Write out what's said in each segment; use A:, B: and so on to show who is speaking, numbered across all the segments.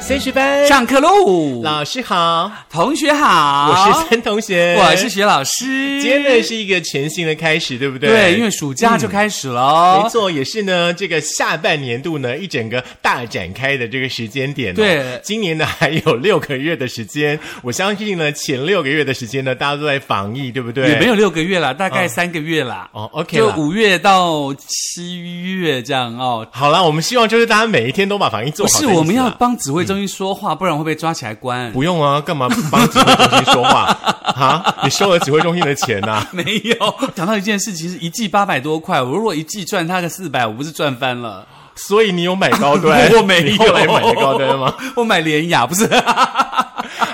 A: 三十 班
B: 上课喽！
A: 老师好，
B: 同学好，
A: 我是三同学，
B: 我是学老师。
A: 今天呢是一个全新的开始，对不对？嗯
B: 对，因为暑假就开始了、
A: 没错，也是呢，这个下半年度呢一整个大展开的这个时间点、哦。
B: 对
A: 今年呢还有六个月的时间，我相信呢前六个月的时间呢大家都在防疫，对不对？
B: 也没有六个月啦，大概三个月啦。
A: 哦，OK
B: 就
A: 啦
B: 五月到七月这样哦。
A: 好啦，我们希望就是大家每一天都把防疫做
B: 不
A: 好。
B: 是，我们要帮指挥中心说话，不然会被抓起来关。
A: 啊嗯不用啊，干嘛帮指挥中心说话啊？你收了指挥中心的钱啊呐、
B: 没有，讲到一件事，其实一季八百多块，我如果一季赚他个四百，我不是赚翻了？
A: 所以你有买高端？
B: 我没
A: 哦你
B: 有，
A: 后来买的高端吗？？
B: 我买联雅，不是？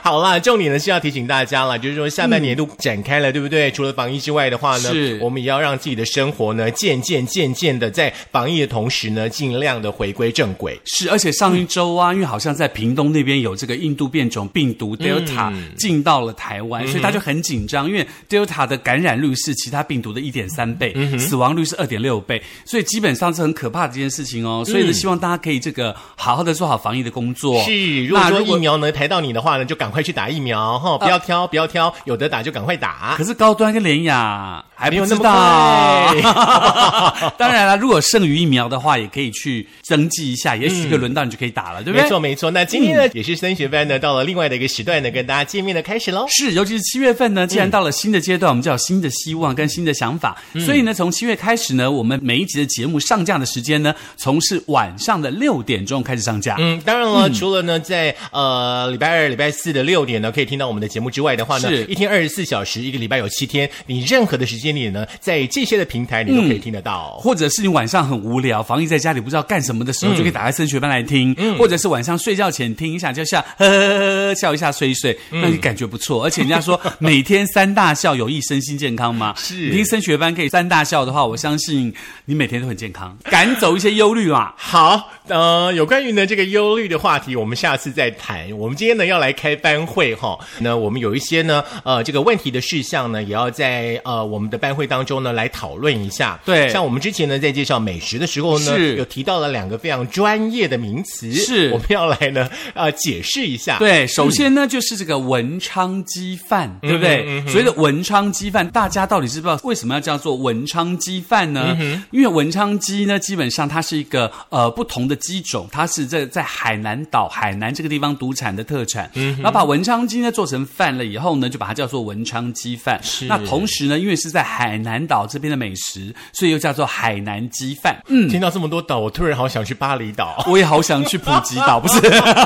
A: 好啦，重点呢是要提醒大家啦，就是说下半年度展开了，对不对？除了防疫之外的话呢，
B: 是
A: 我们也要让自己的生活呢，渐渐渐渐的在防疫的同时呢，尽量的回归正轨。
B: 是，而且上一
A: 嗯
B: 周啊，因为好像在屏东那边有这个印度变种病毒
A: 嗯
B: Delta 进到了台湾，所以他就很紧张，因为 Delta 的感染率是其他病毒的一点三倍，
A: 嗯
B: 死亡率是二点六倍，所以基本上是很可怕的一件事情哦。所以
A: 嗯
B: 呢，希望大家可以这个好好的做好防疫的工作。
A: 是，如果
B: 那
A: 说疫苗能抬到你的话呢，就赶快去打疫苗哈，不要挑，不要挑，有的打就赶快打
B: 可。是高端跟联雅还
A: 没有
B: 不
A: 那
B: 知
A: 么
B: 道
A: 快。
B: 当然了，如果剩余疫苗的话，也可以去登记一下，也许就轮到你就可以打了，对不对？
A: 嗯没错，没错。那今天呢，也是升学班呢，到了另外的一个时段呢，跟大家见面的开始喽。
B: 是，尤其是七月份呢，
A: 嗯
B: 既然到了新的阶段，我们就有新的希望跟新的想法。所以呢，从七月开始呢，我们每一集的节目上架的时间呢，从是晚上的六点钟开始上架。
A: 嗯，当然了，除了呢，在呃礼拜二、礼拜四的六点呢，可以听到我们的节目之外的话呢，
B: 是
A: 一天二十四小时，一个礼拜有七天，你任何的时间点呢，在这些的平台你都可以听得到。
B: 或者是你晚上很无聊，防疫在家里不知道干什么的
A: 嗯
B: 时候，就可以打开升学班来听，或者是晚上睡觉前听一下，就像呵呵呵呵呵笑一下睡一睡，
A: 嗯
B: 那你感觉不错。而且人 家说每天三大笑有益身心健康嘛，
A: 是
B: 你听升学班可以三大笑的话，我相信你每天都很健康，赶走一些忧虑啊嘛。
A: 好，呃，有关于呢这个忧虑的话题，我们下次再谈。我们今天呢要来开班会哈、那我们有一些呢，呃，这个问题的事项呢，也要在呃我们的班会当中呢来讨论一下。
B: 对
A: 像我们之前呢在介绍美食的时候呢，
B: 是
A: 有提到了两个非常专业的名词，
B: 是
A: 我们要来呢呃解释一下。。
B: 对，首先呢、就是这个文昌鸡饭，对不对？所谓的文昌鸡饭，大家到底知不知道为什么要叫做文昌鸡饭呢？因为文昌鸡呢，基本上它是一个呃不同的鸡种，它是在在海南岛海南这个地方独产的特产。然后把文昌鸡呢做成饭了以后呢，就把它叫做文昌鸡饭。
A: 是
B: 那同时呢，因为是在海南岛这边的美食，所以又叫做海南鸡饭。
A: 嗯听到这么多岛，我突然好想去巴厘岛。
B: 我也好想去普吉岛，不是？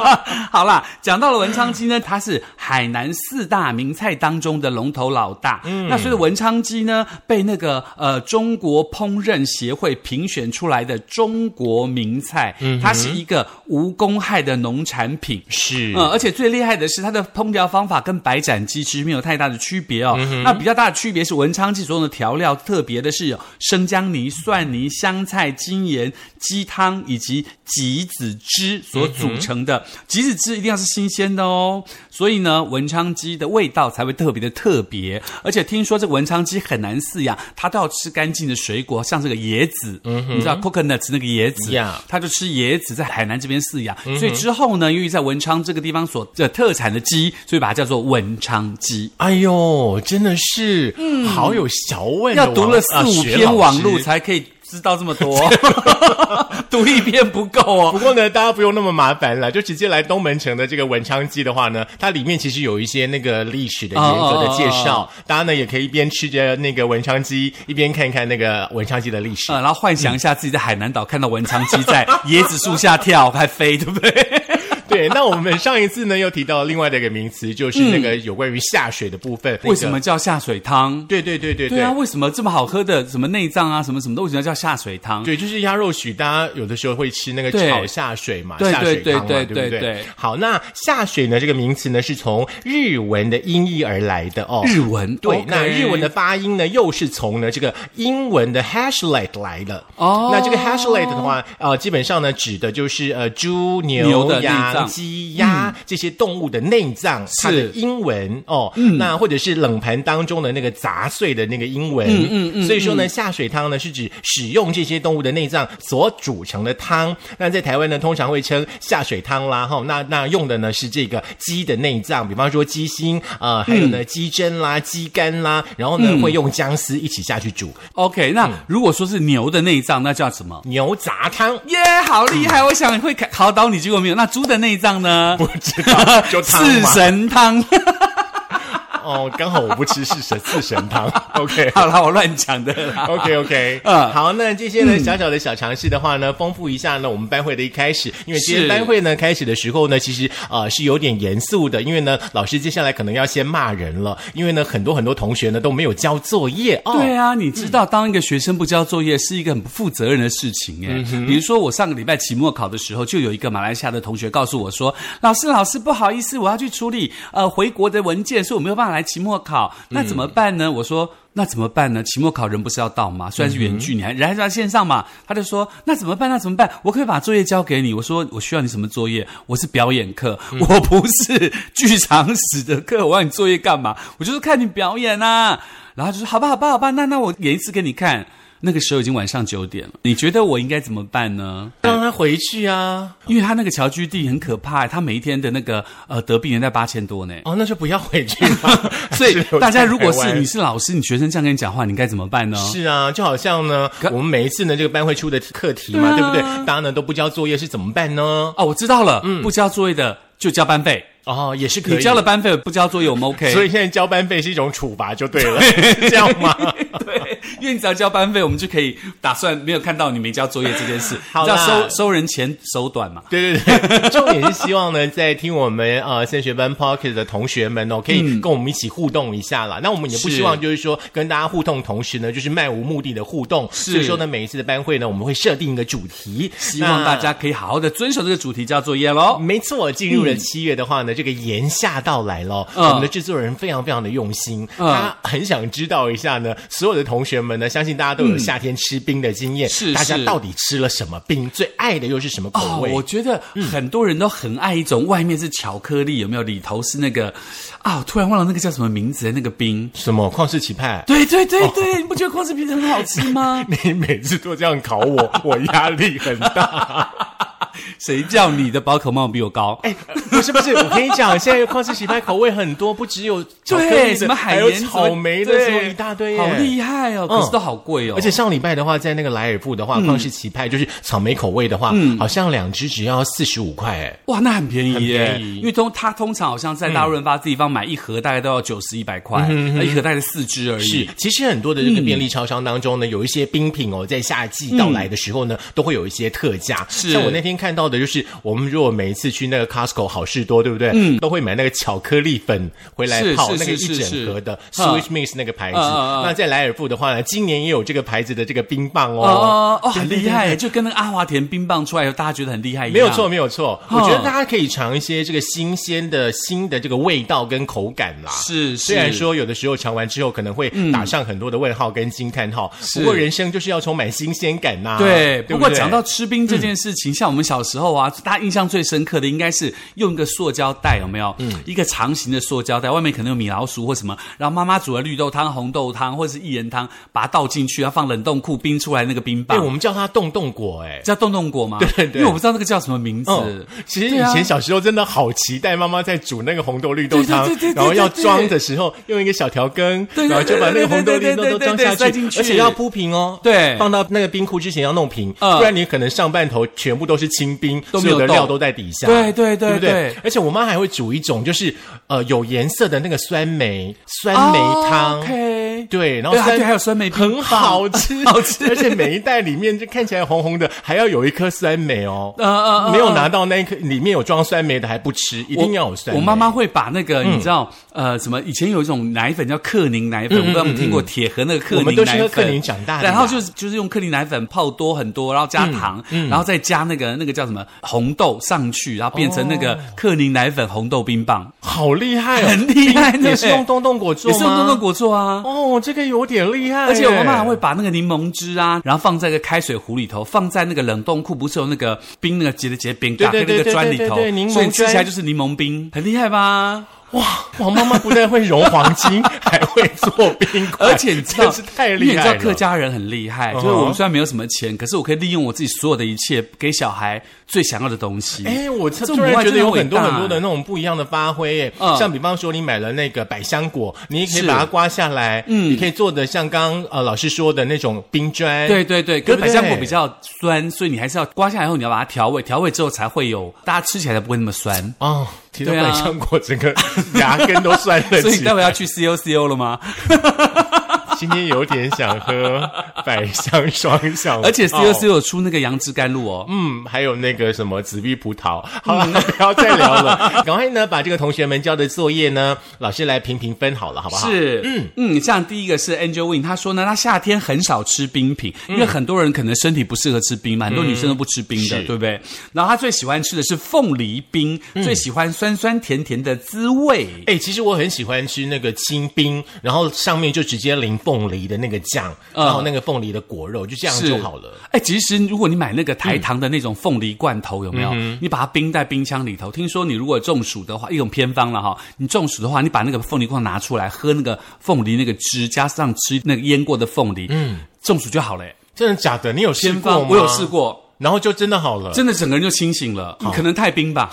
B: 好啦，讲到了文昌鸡呢，它是海南四大名菜当中的龙头老大。那所以文昌鸡呢，被那个呃中国烹饪协会评选出来的中国名菜，它是一个无公害的农产品。
A: 是
B: 嗯，而且最厉害的是它的烹调方法跟白斩鸡其实没有太大的区别哦。那比较大的区别是文昌鸡所用的调料，特别的是有生姜泥、蒜泥、香菜、精盐、鸡汤以及杞子汁所组成的。杞子汁一定要是新鲜的哦，所以呢，文昌鸡的味道才会特别的特别。而且听说这个文昌鸡很难饲养，它都要吃干净的水果，像这个椰子，你知道 coconut 那个椰子
A: Yeah
B: 他就吃椰子，在海南这边饲养，
A: 嗯
B: 所以之后呢，由于在文昌这个地方所的特产的鸡，所以把它叫做文昌鸡。
A: 哎呦，真的是，嗯，好有学问的
B: 要
A: 网。
B: 读了四
A: 啊
B: 五
A: 学
B: 篇网
A: 老
B: 路
A: 师
B: 才可以知道这 么多，读一篇不够哦。
A: 不过呢，大家不用那么麻烦了，就直接来东门城的这个文昌鸡的话呢，它里面其实有一些那个历史的严格的介绍，
B: 哦
A: 大家呢也可以一边吃着那个文昌鸡，一边看一看那个文昌鸡的历 史。
B: 呃，然后幻想一下自己在海南岛看到文昌鸡在椰子树下跳还飞，对 不对？
A: 对，那我们上一次呢又提到另外的一个名词，就是那个有关于下水的部分。那个
B: 为什么？叫下水汤？
A: 对对对对
B: 对啊，为什么这么好喝的什么内脏啊，什么什么的，为什么要叫下水汤？
A: 对，就是鸭肉许，大家有的时候会吃那个
B: 对
A: 炒下水嘛，
B: 对
A: 下水汤嘛，
B: 对对
A: 不
B: 对对
A: 好，那下水呢这个名词呢是从日文的音译而来的哦。
B: 日文
A: 对
B: OK
A: 那日文的发音呢又是从呢这个英文的 hashlet 来的。
B: 哦
A: 那这个 hashlet 的话，呃，基本上呢指的就是呃猪、
B: 牛
A: 牛、
B: 的内
A: 羊、像鸡、鸭这些动物的内脏，它的英文哦，那或者是冷盘当中的那个杂碎的那个英文，嗯嗯嗯。所以说呢，下水汤呢是指使用这些动物的内脏所煮成的汤。那在台湾呢，通常会称下水汤啦，哈、那那用的呢是这个鸡的内脏，比方说鸡心啊、呃还有呢鸡胗啦、鸡肝啦，然后呢、会用姜丝一起下去煮
B: OK，那
A: 嗯
B: 如果说是牛的内脏，那叫什么？
A: 牛杂汤。
B: 耶、好厉害！我想会考考倒你，结果没有。那猪的内脏呢？
A: 不知 道，就汤
B: 四
A: 嘛
B: 神汤。
A: 哦，刚好我不吃四神四神汤。OK
B: 好啦，我乱讲的 啦。
A: OK OK，
B: 嗯
A: 好，那这些呢小小的小尝试的话呢，丰富一下呢我们班会的一开始，因为今天
B: 是
A: 班会呢开始的时候呢，其实呃是有点严肃的，因为呢老师接下来可能要先骂人了，因为呢很多很多同学呢都没有交作业哦。
B: 对啊，你知道，当一个学生不交作业是一个很不负责任的事情
A: 嗯
B: 哎。比如说，我上个礼拜期末考的时候，就有一个马来西亚的同学告诉我说：“老师，老师，不好意思，我要去处理呃回国的文件，所以我没有办法来期末考。那怎么办呢？”我说。那怎么办呢？期末考人不是要到吗？虽然是远
A: 嗯
B: 距，你还人还是在线上嘛。他就说：“那怎么办？那怎么办？我可以把作业交给你。”我说：“我需要你什么作业？我是表演课，我不是剧场史的课。我让你作业干嘛？我就是看你表演啊。”然后就说：“好吧，好吧，好吧，那那我演一次给你看。”那个时候已经晚上九点了，你觉得我应该怎么办呢？
A: 让他回去啊！
B: 因为他那个侨居地很可怕，他每一天的那个呃得病人在八千多呢。。
A: 哦，那就不要回去 吧
B: 所以
A: 还留在
B: 大家如果
A: 台
B: 是
A: 湾
B: 你是老师，你学生这样跟你讲话，你该怎么办呢？
A: 是啊，就好像呢，我们每一次呢这个班会出的课题嘛，
B: 对
A: 对
B: 啊
A: 不对？大家呢都不交作业是怎么办呢？
B: 哦，我知道了，不交作业的就交班费。
A: 哦，也是可
B: 你
A: 以
B: 交了班费不交作业，我们 OK。
A: 所以现在交班费是一种处罚，就对了， 是这样吗？
B: 对，因为你只要交班费，我们就可以打算没有看到你没交作业这件事。
A: 好
B: 你知道
A: 啦
B: 收收人钱手短嘛？
A: 对对对， 重点是希望呢，在听我们呃升学班 Pocket 的同学们
B: 嗯
A: 哦，可以跟我们一起互动一下啦。那我们也不
B: 是
A: 希望就是说跟大家互动，同时呢就是漫无目的的互动。
B: 是
A: 所以说呢，每一次的班会呢，我们会设定一个主题，
B: 希望大
A: 那
B: 家可以好好的遵守这个主题交作业喽。
A: 没错，进入了七月的话呢，这个炎夏到来了。
B: 嗯
A: 我们的制作人非常非常的用心，
B: 嗯
A: 他很想知道一下呢，所有的同学们呢，相信大家都有夏天吃冰的经验，
B: 是
A: 大家
B: 是
A: 到底吃了什么冰，最爱的又是什么
B: 哦
A: 口，味？
B: 我觉得很多人都很爱一种外面是巧克力，有没有？里头是那个啊，我突然忘了那个叫什么名字的那个冰。
A: 什么旷世奇派？？
B: 对对对对，你不觉得光是冰很好吃吗
A: 你每次都这样考我，我压力很大。
B: 谁叫你的宝可梦比我高？
A: 哎，不是不是，我跟你讲，现在旷世奇派口味很多，不只有 巧克力
B: 对，
A: 的，
B: 什么海
A: 还有
B: 盐、
A: 草莓的，
B: 对
A: 什么一大堆耶，
B: 好厉害哦！可是都好贵哦，
A: 而且上礼拜的话，在那个莱尔富的话，旷世奇派就是草莓口味的话，好像两只只要四十五块哎。
B: 哇，那很便宜耶，
A: 很便宜嗯
B: 因为通它通常好像在大润发地方买一盒大概都要九十一百块，那一盒大概四支而已。
A: 是，其实很多的这
B: 嗯
A: 个便利超商当中呢，有一些冰品哦，在夏季到来的时候呢，都会有一些特价。
B: 嗯是
A: 像我那天看到的，就是我们如果每一次去那个 Costco 好事多，对不对？嗯，都会买那个巧克力粉回来
B: 是
A: 泡
B: 是
A: 那个一
B: 是是
A: 整
B: 是
A: 盒的
B: 嗯
A: Swiss Mix 那个牌子。
B: 嗯嗯嗯
A: 那在莱尔富的话呢，今年也有这个牌子的这个冰棒
B: 哦
A: 哦，
B: 哦，
A: 对
B: 很
A: 对
B: 厉
A: 对
B: 害耶，就跟那个阿华田冰棒出来以后，大家觉得很厉害一样。
A: 没有错，，没有错。
B: 哦
A: 我觉得大家可以尝一些这个新鲜的、新的这个味道跟口感啦。
B: 是是嗯
A: 虽然说有的时候尝完之后可能会打上很多的问号跟惊叹号，不过人生就是要充满新鲜感呐、
B: 对，
A: 对
B: 不
A: 不
B: 过
A: 啊对嗯
B: 讲到吃冰这件事情，像我们小时候啊，大家印象最深刻的应该是用一个塑胶袋，有没有？嗯，一个长形的塑胶袋，外面可能有米老鼠或什么，然后妈妈煮了绿豆汤、红豆汤或者是薏仁汤，把它倒进去，然后放冷冻库冰出来那个冰
A: 对，
B: 棒，
A: 我们叫它冻冻果、哎。
B: 叫冻冻果吗？
A: 对对
B: 因为我不知道那个叫什么名字。
A: 嗯，其实以
B: 对啊
A: 前小时候真的好期待妈妈在煮那个红豆绿豆汤
B: 对对对对对，
A: 然后要
B: 对对
A: 装的时候用一个小调羹，
B: 对对对
A: 然后就把那个红豆绿豆都装下
B: 对对对对对对塞进
A: 去，
B: 去
A: 而且要铺平哦，
B: 对
A: 放到那个冰库之前要弄平，
B: 嗯
A: 不然你可能上半头全部都是清冰，
B: 都
A: 所
B: 没
A: 有
B: 有
A: 的料
B: 动
A: 都在底下，
B: 对对对
A: 对不
B: 对
A: 对？而且我妈还会煮一种就是呃有颜色的那个酸梅酸梅汤
B: 哦。OK，
A: 对，然后
B: 对啊
A: 酸
B: 对还有酸梅冰棒
A: 很好吃，
B: 好吃
A: 而且每一袋里面就看起来红红的，还要有一颗酸梅哦。
B: 呃呃呃
A: 没有拿到那一颗里面有装酸梅的还不吃，一
B: 我
A: 定要有酸梅。
B: 我妈妈会把那个、你知道呃什么？以前有一种奶粉叫克宁奶粉，我不知道你们听过铁盒那个克
A: 我
B: 宁奶粉，
A: 们都是喝克宁长大的呀
B: 然后就是就是用克宁奶粉泡多很多，然后加糖，然后再加那个那个叫什么红豆上去，然后变成那个克宁奶粉红豆冰棒，
A: 好厉害哦，
B: 很厉害
A: 冰也是
B: 对
A: 用冻冻果做吗？
B: 也是用冻冻。果做啊。
A: 哦，哦，这个有点厉害耶，
B: 而且我妈妈还会把那个柠檬汁啊，然后放在一个开水壶里头，放在那个冷冻库，不是有那个冰那个结的结冰嘎
A: 对
B: 跟
A: 对
B: 那个
A: 对
B: 砖里
A: 对对
B: 头
A: 对柠，檬
B: 所以吃起来
A: 砖
B: 就是柠檬冰，很厉害吧？
A: 哇，王妈妈不但会融黄金， 还会做冰块，
B: 而且你知道，
A: 真是太
B: 因为
A: 厉
B: 你
A: 害
B: 知
A: 了。哦
B: 道客家人很厉害，就是我们虽然没有什么钱，可是我可以利用我自己所有的一切，给小孩最想要的东西。
A: 哎，我突
B: 这
A: 突然
B: 文化
A: 觉
B: 真
A: 得
B: 的
A: 有
B: 伟
A: 很多
B: 大哎
A: 很多的那种不一样的发挥耶，
B: 嗯
A: 像比方说你买了那个百香果，你也可以
B: 是
A: 把它刮下来，嗯，你可以做的像刚呃老师说的那种冰砖，
B: 对对对，
A: 对
B: 可
A: 不
B: 是百
A: 对
B: 香果比较酸，所以你还是要刮下来后，你要把它调味，调味之后才会有，大家吃起来才不会那么酸。
A: 哦，提到
B: 对啊
A: 百香果，整个牙根都酸了
B: 所以
A: 起
B: 你待
A: 来。
B: 会要去 C O C O 了吗？
A: 今天有点想喝百香双响，
B: 而且 C O C
A: O。
B: O 出那个杨枝甘露哦，
A: 嗯，还有那个什么紫碧葡萄，好
B: 嗯
A: 了，不要再聊了，赶快呢把这个同学们交的作业呢，老师来评评分好了，好不好？
B: 是，嗯嗯，像第一个是 Angel Win，他说呢，他夏天很少吃冰品，
A: 嗯
B: 因为很多人可能身体不适合吃冰嘛，很多女生都不吃冰的，
A: 是嗯
B: 对不对？然后他最喜欢吃的是凤梨冰，最喜欢酸酸甜甜的滋味。
A: 哎、其实我很喜欢吃那个清冰，然后上面就直接淋凤梨的那个酱，
B: 嗯
A: 然后那个凤梨的果肉，就这样就好了。
B: 哎，其实如果你买那个台糖的那种凤梨罐头，有没有？
A: 嗯
B: 你把它冰在冰箱里头。听说你如果中暑的话，一种偏方了哈。你中暑的话，你把那个凤梨罐拿出来，喝那个凤梨那个汁，加上吃那个腌过的凤梨，嗯，中暑就好了。哎
A: 真的假的？你有试
B: 偏
A: 过
B: 方
A: 吗？
B: 我有试，过。
A: 然后就真的好了。
B: 真的整个人就清醒了，可能太冰吧。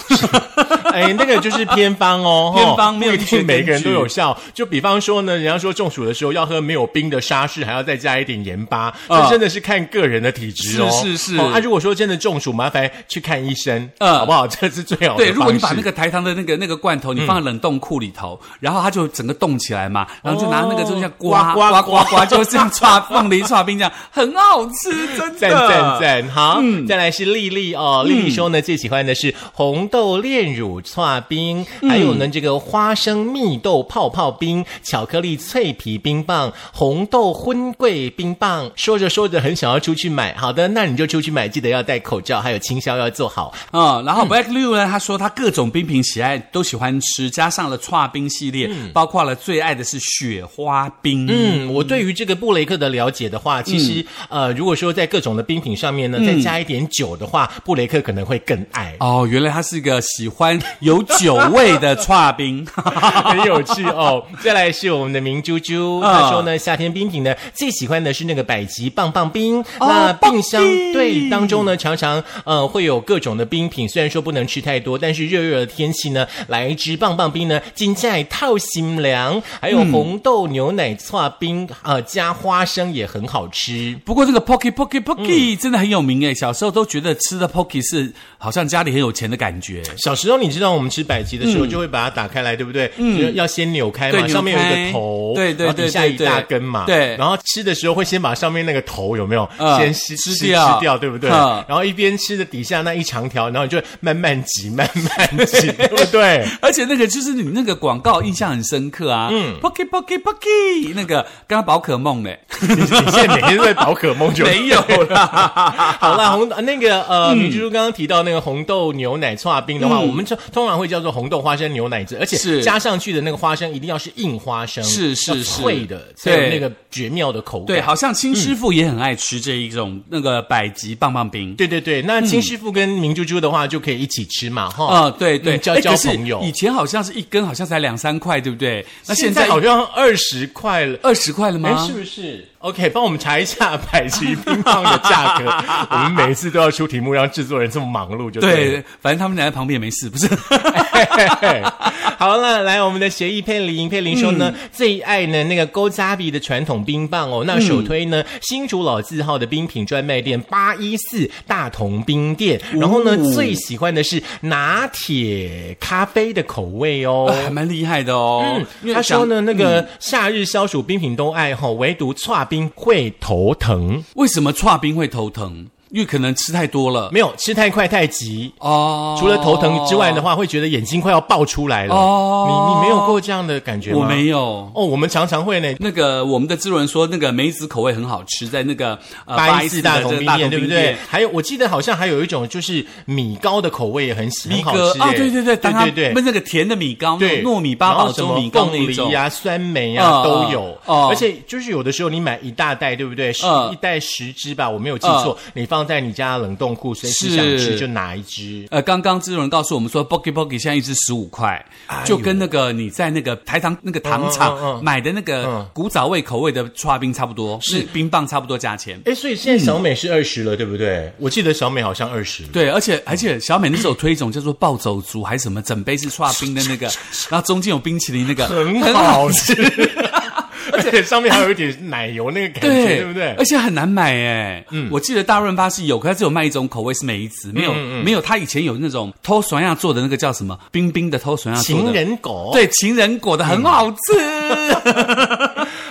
A: 哎，那个就是偏方哦，
B: 偏
A: 吼
B: 方没有
A: 不一定每个人
B: 医学根据
A: 都有效。就比方说呢，人家说中暑的时候要喝没有冰的沙士，还要再加一点盐巴，
B: 啊
A: 这真的是看个人的体质哦。
B: 是是是
A: 哦啊，如果说真的中暑，麻烦去看医生，
B: 嗯
A: 好不好？这是最好的方式。嗯
B: 对，如果你把那个台糖的那个那个罐头，你放在冷冻库里头，然后它就整个冻起来嘛，然后就拿那个就像刮
A: 哦刮刮
B: 刮刮刮，就这样刷放梨 刷冰这样，很好吃，真的。
A: 赞赞！赞！好，再来是丽丽哦，丽丽说呢最喜欢的是红豆炼乳刨冰，还有呢这个花生蜜豆泡泡冰、巧克力脆皮冰棒、红豆荤桂冰棒。说着说着很想要出去买，好的，那你就出去买，记得要戴口罩，还有清消要做好。
B: 啊、然后
A: 嗯
B: Black Liu 呢，他说他各种冰品喜爱都喜欢吃，加上了刨冰系列，包括了最爱的是雪花冰。嗯。
A: 嗯，我对于这个布雷克的了解的话，其实、呃，如果说在各种的冰品上面呢，再加一点酒的话，布雷克可能会更爱。
B: 哦，原来他是一个喜欢有酒味的刨冰。
A: 很有趣哦。再来是我们的明珠珠，
B: 啊
A: 她说呢，夏天冰品呢最喜欢的是那个百吉棒棒冰。
B: 哦
A: 那冰箱
B: 棒冰
A: 对当中呢，常常呃会有各种的冰品，虽然说不能吃太多，但是热热的天气呢，来一支棒棒冰呢，金在套心凉，还有红豆牛奶刨冰啊、呃加花生也很好吃。
B: 不过这个 Pocky Pocky Pocky
A: 嗯
B: 真的很有名诶，小时候都觉得吃的 Pocky 是好像家里很有钱的感觉。
A: 小时候你知道我们吃百吉的时候，就会把它打开来，对不对？嗯，要先扭开嘛，
B: 嗯对
A: 上面有一
B: 扭
A: 个
B: 开
A: 头，
B: 对对
A: 然后底
B: 对
A: 下
B: 对
A: 一大
B: 对
A: 根嘛，
B: 对
A: 然后吃的时候会先把上面那个头有没有
B: 嗯
A: 先吃
B: 吃
A: 吃
B: 掉
A: 吃掉，对不对？
B: 嗯
A: 然后一边吃的底下那一长条，然后你就慢慢挤，慢慢挤，对不对？
B: 而且那个就是你那个广告印象很深刻啊，嗯，Pocky Pocky Pocky 那个刚刚宝可梦嘞，
A: 你你现在每天都在宝可梦 就
B: 没有 啦，
A: 好啦，红那个呃，
B: 嗯
A: 明珠刚刚提到那个红豆牛奶刨冰的话，我们就通常会叫做红豆花生牛奶汁，而且
B: 是
A: 加上去的那个花生一定要是硬花生，
B: 是是
A: 要
B: 是
A: 脆的，才有
B: 对
A: 那个绝妙的口感。
B: 对，好像亲师傅也很爱吃这一种那个百吉棒棒冰。
A: 对对对，
B: 嗯
A: 那金师傅跟明珠珠的话就可以一起吃嘛，哈、
B: 啊、对对，
A: 嗯交
B: 哎
A: 交
B: 可是
A: 朋友
B: 以前好像是一根，好像才两三块，对不对？那
A: 现
B: 现
A: 在
B: 在
A: 好像二十块了。
B: 二十块了
A: 哎，
B: 吗？
A: 是不是？OK，帮我们查一下百吉冰棒的 价格。我们每一次都要出题目，让制作人这么忙碌，就对了
B: 对，反正他们俩在旁边也没 事，不是？
A: 好了，来我们的协议佩林，佩林说呢，
B: 嗯
A: 最爱呢那个勾扎比的传统冰棒哦，那首推呢、
B: 嗯
A: 新竹老字号的冰品专卖店八一四大同冰店，然后呢、
B: 哦
A: 最喜欢的是拿铁咖啡的口味哦。嗯
B: 还蛮厉害的哦。因为
A: 他说
B: 讲嗯
A: 呢，那个夏日消哎暑冰品都爱哈，唯独串冰会头疼。
B: 为什么串冰会头疼？因为可能吃太多了
A: 没有吃太快太急，
B: 哦。
A: 除了头疼之外的话，会觉得眼睛快要爆出来了。
B: 哦
A: 你你没有过这样的感觉吗？
B: 我没有。
A: 哦，我们常常会呢。
B: 那个我们的制作人说，那个梅子口味很好吃，在那个呃
A: 八一四大
B: 的
A: 同
B: 这个
A: 冰店，对不
B: 同
A: 对？还有，我记得好像还有一种就是米糕的口味也很喜
B: 米
A: 很好
B: 糕
A: 吃
B: 啊，
A: 耶
B: 对对对，当
A: 对
B: 它
A: 对对
B: 焖那个甜的米糕，那
A: 对，
B: 种糯米八
A: 然后
B: 宝
A: 什
B: 粥
A: 么
B: 米糕那
A: 凤
B: 一种
A: 梨啊、酸梅啊
B: 嗯
A: 都有，
B: 嗯
A: 而且就是有的时候你买一大袋，对不对？是
B: 嗯
A: 一袋十只吧，我没有记错，你放在你家的冷冻库，随时
B: 是
A: 想吃就拿一只。
B: 呃，刚刚制作人告诉我们说，Boggy Boggy 现在一支十五块，就跟那个你在那个台糖那个糖
A: 嗯嗯
B: 厂
A: 嗯
B: 买的那个
A: 嗯
B: 古早味口味的刨冰差不多，是冰棒差不多价钱。
A: 哎，所以现在小美是二十了，对不对？我记得小美好像二十。
B: 对，而且而
A: 嗯
B: 且小美那时候有推一种叫做暴走族还是什么，整杯是刨冰的 那个，然后中间有冰淇淋那个，
A: 很好吃， 而且上面还有一点奶油那个感觉， 对不对
B: 而？且很难买哎。嗯，我记得大润发是有，可它只有卖一种口味是梅子，
A: 嗯
B: 没有、没有，它以前有那种偷酸亚做的那个叫什么冰冰的偷酸亚做
A: 情
B: 的，
A: 人嗯狗，
B: 对，情人果的很好吃。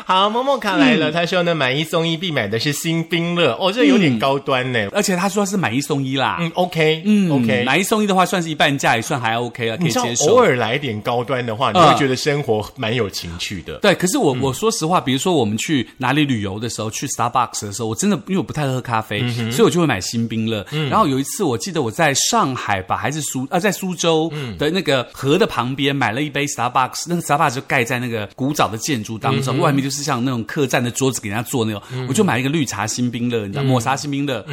A: 好，萌萌卡来
B: 嗯
A: 了，他说呢，买一送一必买的是新冰乐，哦，这有点高端呢。
B: 而且他说是买一送一啦。
A: 嗯，OK，嗯，OK，
B: 买一送一的话，算是一半价，也算还 OK 了，可
A: 你
B: 以
A: 知道
B: 接受。
A: 偶尔来点高端的话，你
B: 嗯
A: 会觉得生活蛮有情趣的。
B: 对，可是我、我说实话，比如说我们去哪里旅游的时候，去 Starbucks 的时候，我真的因为我不太喝咖啡，所以我就会买新冰乐。然后有一次，我记得我在上海吧，还是苏啊，在苏州的那个河的旁边买了一杯 Starbucks，那个 Starbucks 就盖在那个古早的建筑当中，外面就是像那种客栈的桌子给人家坐那种，我就买一个绿茶新冰乐，你知道抹茶新冰乐。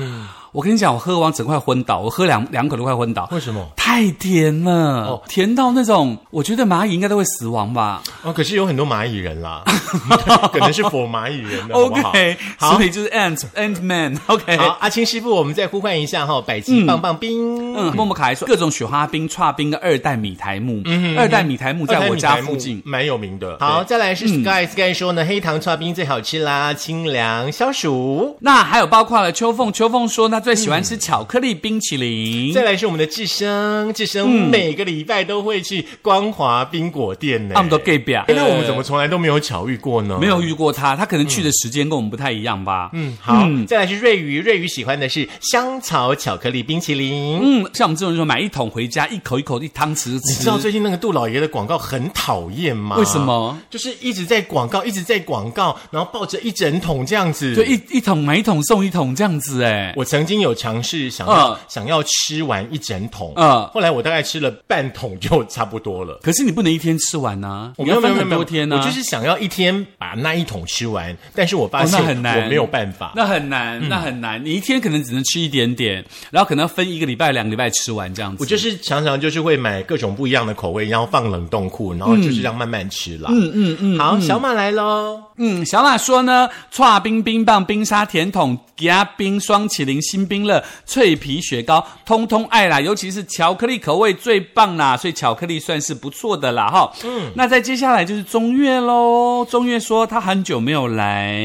B: 我跟你讲，我喝完整快昏倒，我喝两两口都快昏倒。
A: 为什么？
B: 太甜
A: 嗯
B: 了，
A: 哦
B: 甜到那种，我觉得蚂蚁应该都会死亡吧。
A: 哦，可是有很多蚂蚁人 啦， 可能是佛蚂蚁人的，好不好
B: OK，
A: 好
B: 所。以就是 Ant Ant Man。OK，
A: 好，阿青师傅，我们再呼唤一下哈，百吉棒棒冰。
B: 嗯，默默卡还说各种雪花冰、串冰跟二代米苔木。
A: 嗯
B: 二代米苔木嗯在我家附近。嗯
A: 蛮有名的。好，再来是 Sky Sky 说呢，黑糖刨冰最好吃啦，清凉消暑。
B: 那还有包括了秋凤，秋凤说她最喜欢吃巧克力冰淇淋。
A: 再来是我们的智生，智
B: 嗯
A: 生每个礼拜都会去光华冰果店呢。
B: 他们都 gay 表，
A: 哎那我们怎么从来都没有巧遇过呢？
B: 呃没有遇过他？他可能去的时间跟我们不太一样吧。嗯
A: 嗯，好，再来是瑞鱼，瑞鱼喜欢的是香草巧克力冰淇淋。
B: 嗯，像我们这种人说买一桶回家，一口一口一汤匙
A: 你
B: 吃，
A: 知道最近那个杜老爷的广告很讨厌吗？
B: 为什么？
A: 就是一直在广告，一直在广告，然后抱着一整桶这样子。
B: 就一一桶买一桶送一桶这样子哎。
A: 我曾经有尝试想要、
B: 嗯
A: 想要吃完一整桶，
B: 嗯
A: 后来我大概吃了半桶就差不多了。
B: 可是你不能一天吃完呐，
A: 我没
B: 你要
A: 有没
B: 分
A: 有没有
B: 很
A: 没有
B: 多天呢。啊
A: 我就是想要一天把那一桶吃完，但是我发
B: 哦
A: 现
B: 那很难
A: 我没有办法。
B: 那很难，那很难。你一天可能只能吃一点点，然后可能要分一个礼拜、两个礼拜吃完这样子。
A: 我就是常常就是会买各种不一样的口味，然后放冷冻库，然后
B: 嗯
A: 就是让慢慢吃啦。嗯嗯嗯。好，小马来喽。
B: 嗯，小马说呢，串冰冰棒、冰沙甜筒、吉亚冰、双麒麟、新冰乐、脆皮雪糕，通通爱啦，尤其是巧克力口味最棒啦，所以巧克力算是不错的啦哈。嗯，那再接下来就是中月喽。中月说他很久没有来，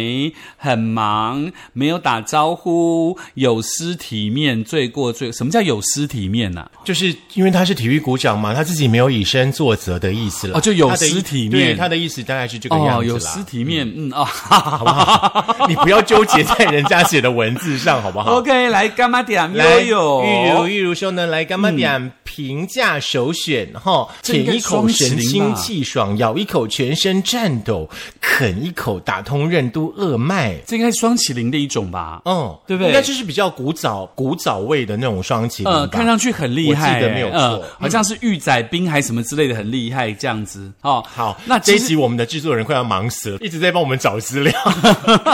B: 很忙，没有打招呼，有失体面，罪过罪。什么叫有失体面啊呐、
A: 就是因为他是体育股长嘛，他自己没有以身作则的意思了，
B: 哦就有
A: 他的意
B: 失体面
A: 对，他的意思大概是这个样
B: 哦，
A: 子
B: 有
A: 啦。
B: 尸体面，嗯哦，哈哈
A: 好不好？你不要纠结在人家写的文字上，好不好？
B: OK，来干妈点
A: 来，
B: 悠
A: 玉如
B: 悠。
A: 玉如说呢，来干妈点平价首选哈，
B: 这应
A: 舔
B: 该
A: 一口神
B: 双麒麟
A: 清
B: 吧
A: 气爽，咬一口全身颤抖，啃一口打通任督二脉。
B: 这应该是双麒麟的一种吧？
A: 嗯，
B: 对不对
A: 应该就是比较古早古早味的那种双麒麟吧。
B: 呃，看上去很厉害、
A: 我记得没有错
B: 呃
A: 嗯
B: 好像是玉仔冰还是什么之类的，很厉害这样子哦。
A: 好，
B: 那
A: 那这
B: 其
A: 一
B: 实
A: 集我们的制作人快要忙死了，一直在帮我们找 资料。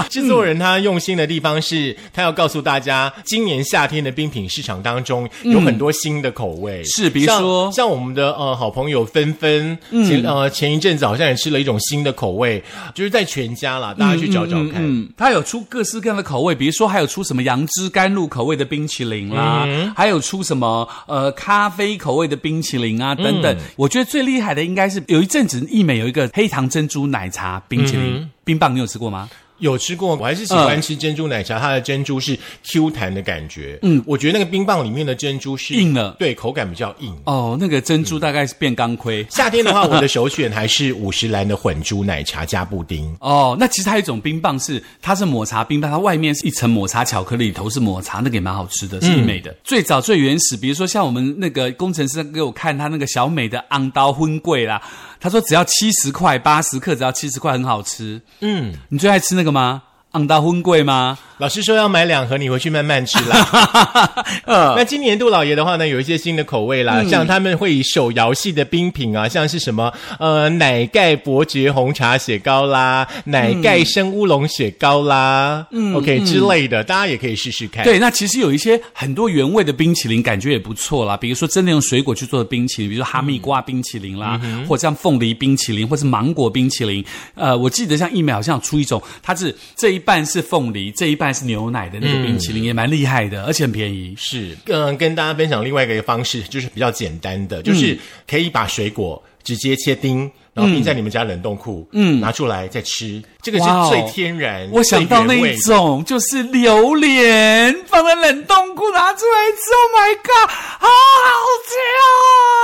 A: 制作人他用心的地方是，他要告诉大家，今年夏天的冰品市场当中有很多新的口味，
B: 嗯是比如说嗯
A: 像像我们的呃好朋友芬芬，前呃前一阵子好像也吃了一种新的口味，就是在全家啦，大家去找找看。
B: 嗯，它有出各式各样的口味，比如说还有出什么杨枝甘露口味的冰淇淋啦，还有出什么呃咖啡口味的冰淇淋啊等等。我觉得最嗯厉害的应该是有一阵子益美有一个黑糖珍珠奶茶冰淇淋、冰棒，你有吃过吗？
A: 有吃过，我还是喜欢吃珍珠奶茶，它的珍珠是 Q 弹的感觉。嗯，我觉得那个冰棒里面的珍珠是
B: 硬了
A: 对，口感比较硬。
B: 哦，那个珍珠大概是变钢盔。
A: 夏天的话，我的首选还是五十岚的混珠奶茶加布 丁。
B: 哦，那其实还有一种冰棒是，它是抹茶冰棒，它外面是一层抹茶巧克力，里头是抹茶，那个也蛮好吃的，是美的。最早最原始，比如说像我们那个工程师给我看他那个小美的昂刀荤桂啦，他说只要七十块八十克，只要七十块，很好吃。嗯，你最爱吃那个吗？昂刀荤桂吗？
A: 老师说要买两盒，你回去慢慢吃啦。 那今年杜老爷的话呢，有一些新的口味啦，像他们会以手摇系的冰品啊，像是什么呃奶盖伯爵红茶雪糕啦，奶盖生乌龙雪糕啦，嗯，OK 之类的，大家也可以试试看。
B: 对，那其实有一些很多原味的冰淇淋，感觉也不错啦。比如说真的用水果去做的冰淇淋，比如说哈密瓜冰淇淋啦，或者像凤梨冰淇淋，或是芒果冰淇淋。呃，我记得像一美好像有出一种，它是这一半是凤梨，这一半是牛奶的那个冰淇淋，也蛮厉害的，而且很便宜。
A: 是，嗯，跟大家分享另外一个方式，就是比较简单的，
B: 嗯
A: 就是可以把水果直接切丁。然后冰在你们家冷冻库，嗯，拿出来再吃，这个是
B: 哇哦
A: 最天然、
B: 我想到那
A: 最原味
B: 一
A: 的
B: 种就是榴莲，放在冷冻库拿出来吃，Oh my god，好好吃啊！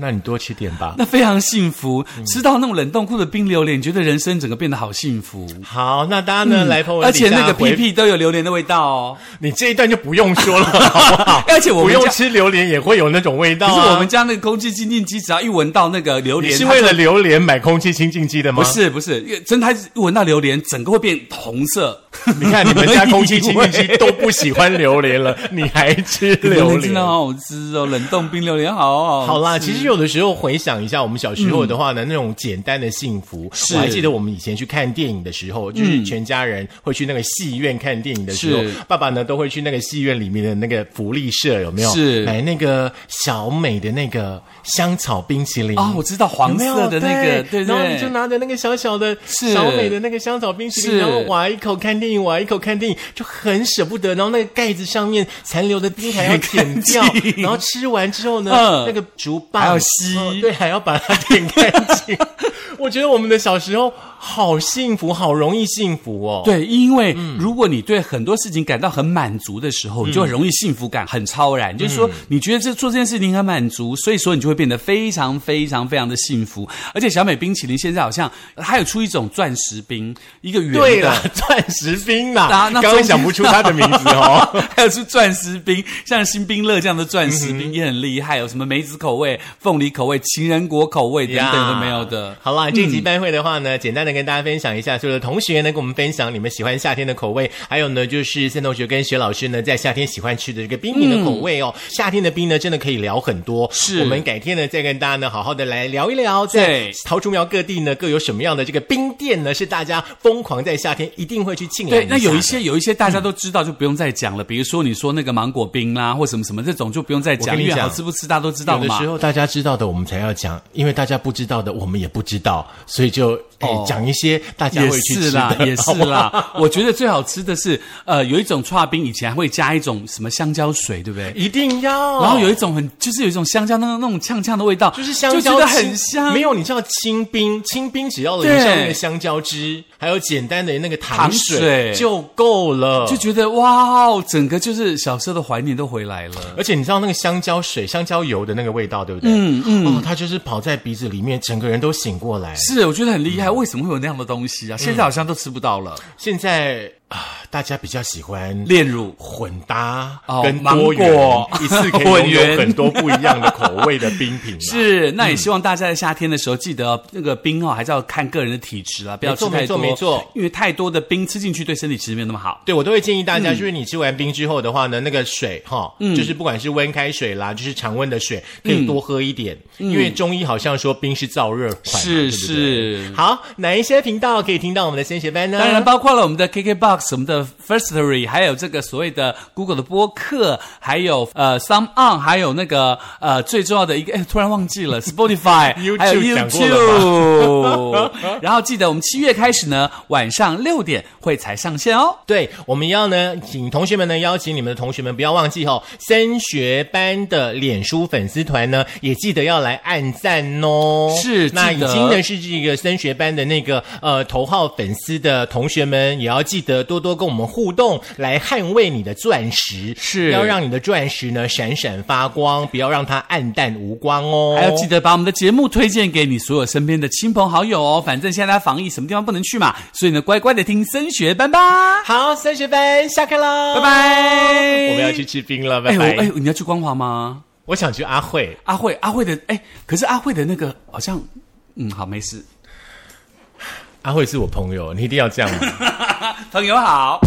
A: 那你多吃点吧。
B: 那非常幸福，吃到那种冷冻库的冰榴莲，你觉得人生整个变得好幸福。
A: 好，那大家呢、来朋友，
B: 嗯而且那个
A: 回
B: 屁，屁都有榴莲的味道哦，
A: 你这一段就不用 说了，好不好？
B: 而且我
A: 不
B: 们
A: 用
B: 家，
A: 吃榴莲也会有那种味道、
B: 可
A: 啊。
B: 是我们家那个空气清净机，只要一闻到那个榴
A: 你
B: 莲，
A: 是
B: 它
A: 为
B: 就
A: 了榴莲买空气清净机的吗？
B: 不，是不是，因为真它一闻到榴莲，整个会变红色。
A: 你看你们家空气清净 机都不喜欢榴莲了，你还吃榴
B: 真
A: 莲
B: 的？好好吃哦，冷冻冰榴莲好好
A: 好啦，其实有的时候回想一下我们小时候的话呢，那种简单的幸福，
B: 是
A: 我还记得我们以前去看电影的时候，就是全家人会去那个戏院看电影的时候
B: 是，
A: 爸爸呢都会去那个戏院里面的那个福利社，有没有？
B: 是
A: 买那个小美的那个香草冰淇淋
B: 啊，我知道黄
A: 有没有
B: 色的那个，
A: 对
B: 对
A: 然后你
B: 对
A: 就拿着那个小小的
B: 是
A: 小美的那个香草冰淇淋，
B: 是
A: 然后挖一口看电影，挖一口看电影，就很舍不得。然后那个盖子上面残留的冰还要舔 掉
B: 舔干，净
A: 然后吃完之后呢，
B: 嗯
A: 那个竹棒
B: 还要吸
A: 哦对，还要把它舔干净。 我觉得我们的小时候好幸福，好容易幸福哦。。
B: 对，因为如果你对很多事情感到很满足的时候，
A: 嗯
B: 你就很容易幸福感很超然，就是说你觉得这做这件事情很满足，所以说你就会变得非常非常非常的幸福。而且小美冰淇淋现在好像还有出一种钻石冰，一个圆的。
A: 对啦，钻石冰啦
B: 啊，那
A: 刚刚
B: 中间
A: 想不出它的名字哦。
B: 还有是钻石冰，像新冰乐这样的钻石
A: 嗯
B: 冰也很厉害，有什么梅子口味、凤梨口味、情人果口味等
A: 呀，
B: 等都没有的。嗯
A: 好啦，这集班会的话呢，简单的跟大家分享一下，就是同学呢跟我们分享你们喜欢夏天的口味，还有呢就是森同学跟薛老师呢在夏天喜欢吃的这个冰品的口味哦。夏天的冰呢真的可以聊很多，
B: 嗯是
A: 我们改天呢再跟大家呢好好的来聊一聊，在
B: 对
A: 桃竹苗各地呢各有什么样的这个冰店呢是大家疯狂在夏天一定会去庆来
B: 对，
A: 下
B: 那
A: 的
B: 有一。些有一些大家都知道，就不用再讲了。比如说你说那个芒果冰啦，或什么什么这种，就不用再
A: 我
B: 讲，
A: 跟你
B: 因为
A: 讲
B: 好吃不吃大家都知道
A: 有
B: 了
A: 的
B: 嘛
A: 时。候大家知道的我们才要讲，因为大家不知道的我们也不知道，所以就哎、
B: 哦
A: 讲一些大家
B: 也
A: 会去吃
B: 是
A: 的
B: 啦，也是
A: 好不好
B: 啦。 我觉得最好吃的是，呃，有一种刨冰，以前还会加一种什么香蕉水，对不对？
A: 一定要。
B: 然后有一种很，就是有一种香蕉那个那种呛呛的味道，
A: 就是香蕉
B: 哦就觉得
A: 清
B: 很香。
A: 没有你知道清冰，清冰只要淋
B: 对
A: 上那个香蕉汁，还有简单的那个糖水
B: 糖水
A: 就够了。
B: 就觉得哇哦，整个就是小时候的怀念都回来了。
A: 而且你知道那个香蕉水、香蕉油的那个味道，对不对？嗯嗯，哦，它就是跑在鼻子里面，整个人都醒过来。
B: 是，我觉得很厉害，为什么会有那样的东西啊？现在好像都吃不到了。
A: 现在啊，大家比较喜欢
B: 炼乳，
A: 混搭
B: 哦
A: 跟
B: 芒
A: 多元，
B: 果
A: 一次可以
B: 混
A: 拥有
B: 元
A: 很多不一样的口味的冰品、啊。
B: 是，那也希望大家在夏天的时候，记得哦那个冰哦，还是要看个人的体质啊啦，不要
A: 没错
B: 吃太多，
A: 没错没错
B: 因为太多的冰吃进去对身体其实没有那么好。
A: 对，我都会建议大
B: 嗯
A: 家，就是你吃完冰之后的话呢，那个水哈，就是不管是温开水啦，就是常温的水，可
B: 嗯
A: 以多喝一点，因为中医好像说冰是燥热款嘛，对
B: 是
A: 不对
B: 是
A: 好，哪一些频道可以听到我们的先学班呢？
B: 当然，包括了我们的 KKBOX Box、我们的 Firstory，还有这个所谓的 Google 的播客，还有呃 Some On，还有那个呃最重要的一个，哎，突然忘记了 Spotify，
A: YouTube
B: 还有
A: 讲过了
B: YouTube。然 后记得我们七月开始呢，晚上六点会才上线哦。
A: 对，我们要呢，请同学们呢，邀请你们的同学们不要忘记哦，升学班的脸书粉丝团呢，也记得要来按赞哦。
B: 是
A: 那已
B: 记得
A: 经呢是这个升学班的那个呃头号粉丝的同学们，也要记得多多跟我们互动，来捍卫你的钻石，
B: 是
A: 要让你的钻石呢闪闪发光，不要让它暗淡无光哦。
B: 还要记得把我们的节目推荐给你所有身边的亲朋好友哦。反正现在大家防疫，什么地方不能去嘛，所以呢，乖乖的听升学班吧。
A: 好，升学班下课喽，
B: 拜。拜。
A: 哦我们要去。吃冰了，
B: 哎、
A: 拜
B: 我
A: 拜。
B: 哎、你要去光华吗？
A: 我想去阿慧。
B: 阿慧，阿慧的哎、可是阿慧的那个好像，嗯，好，没事。
A: 阿慧是我朋友，你一定要这样吗？
B: 朋友好。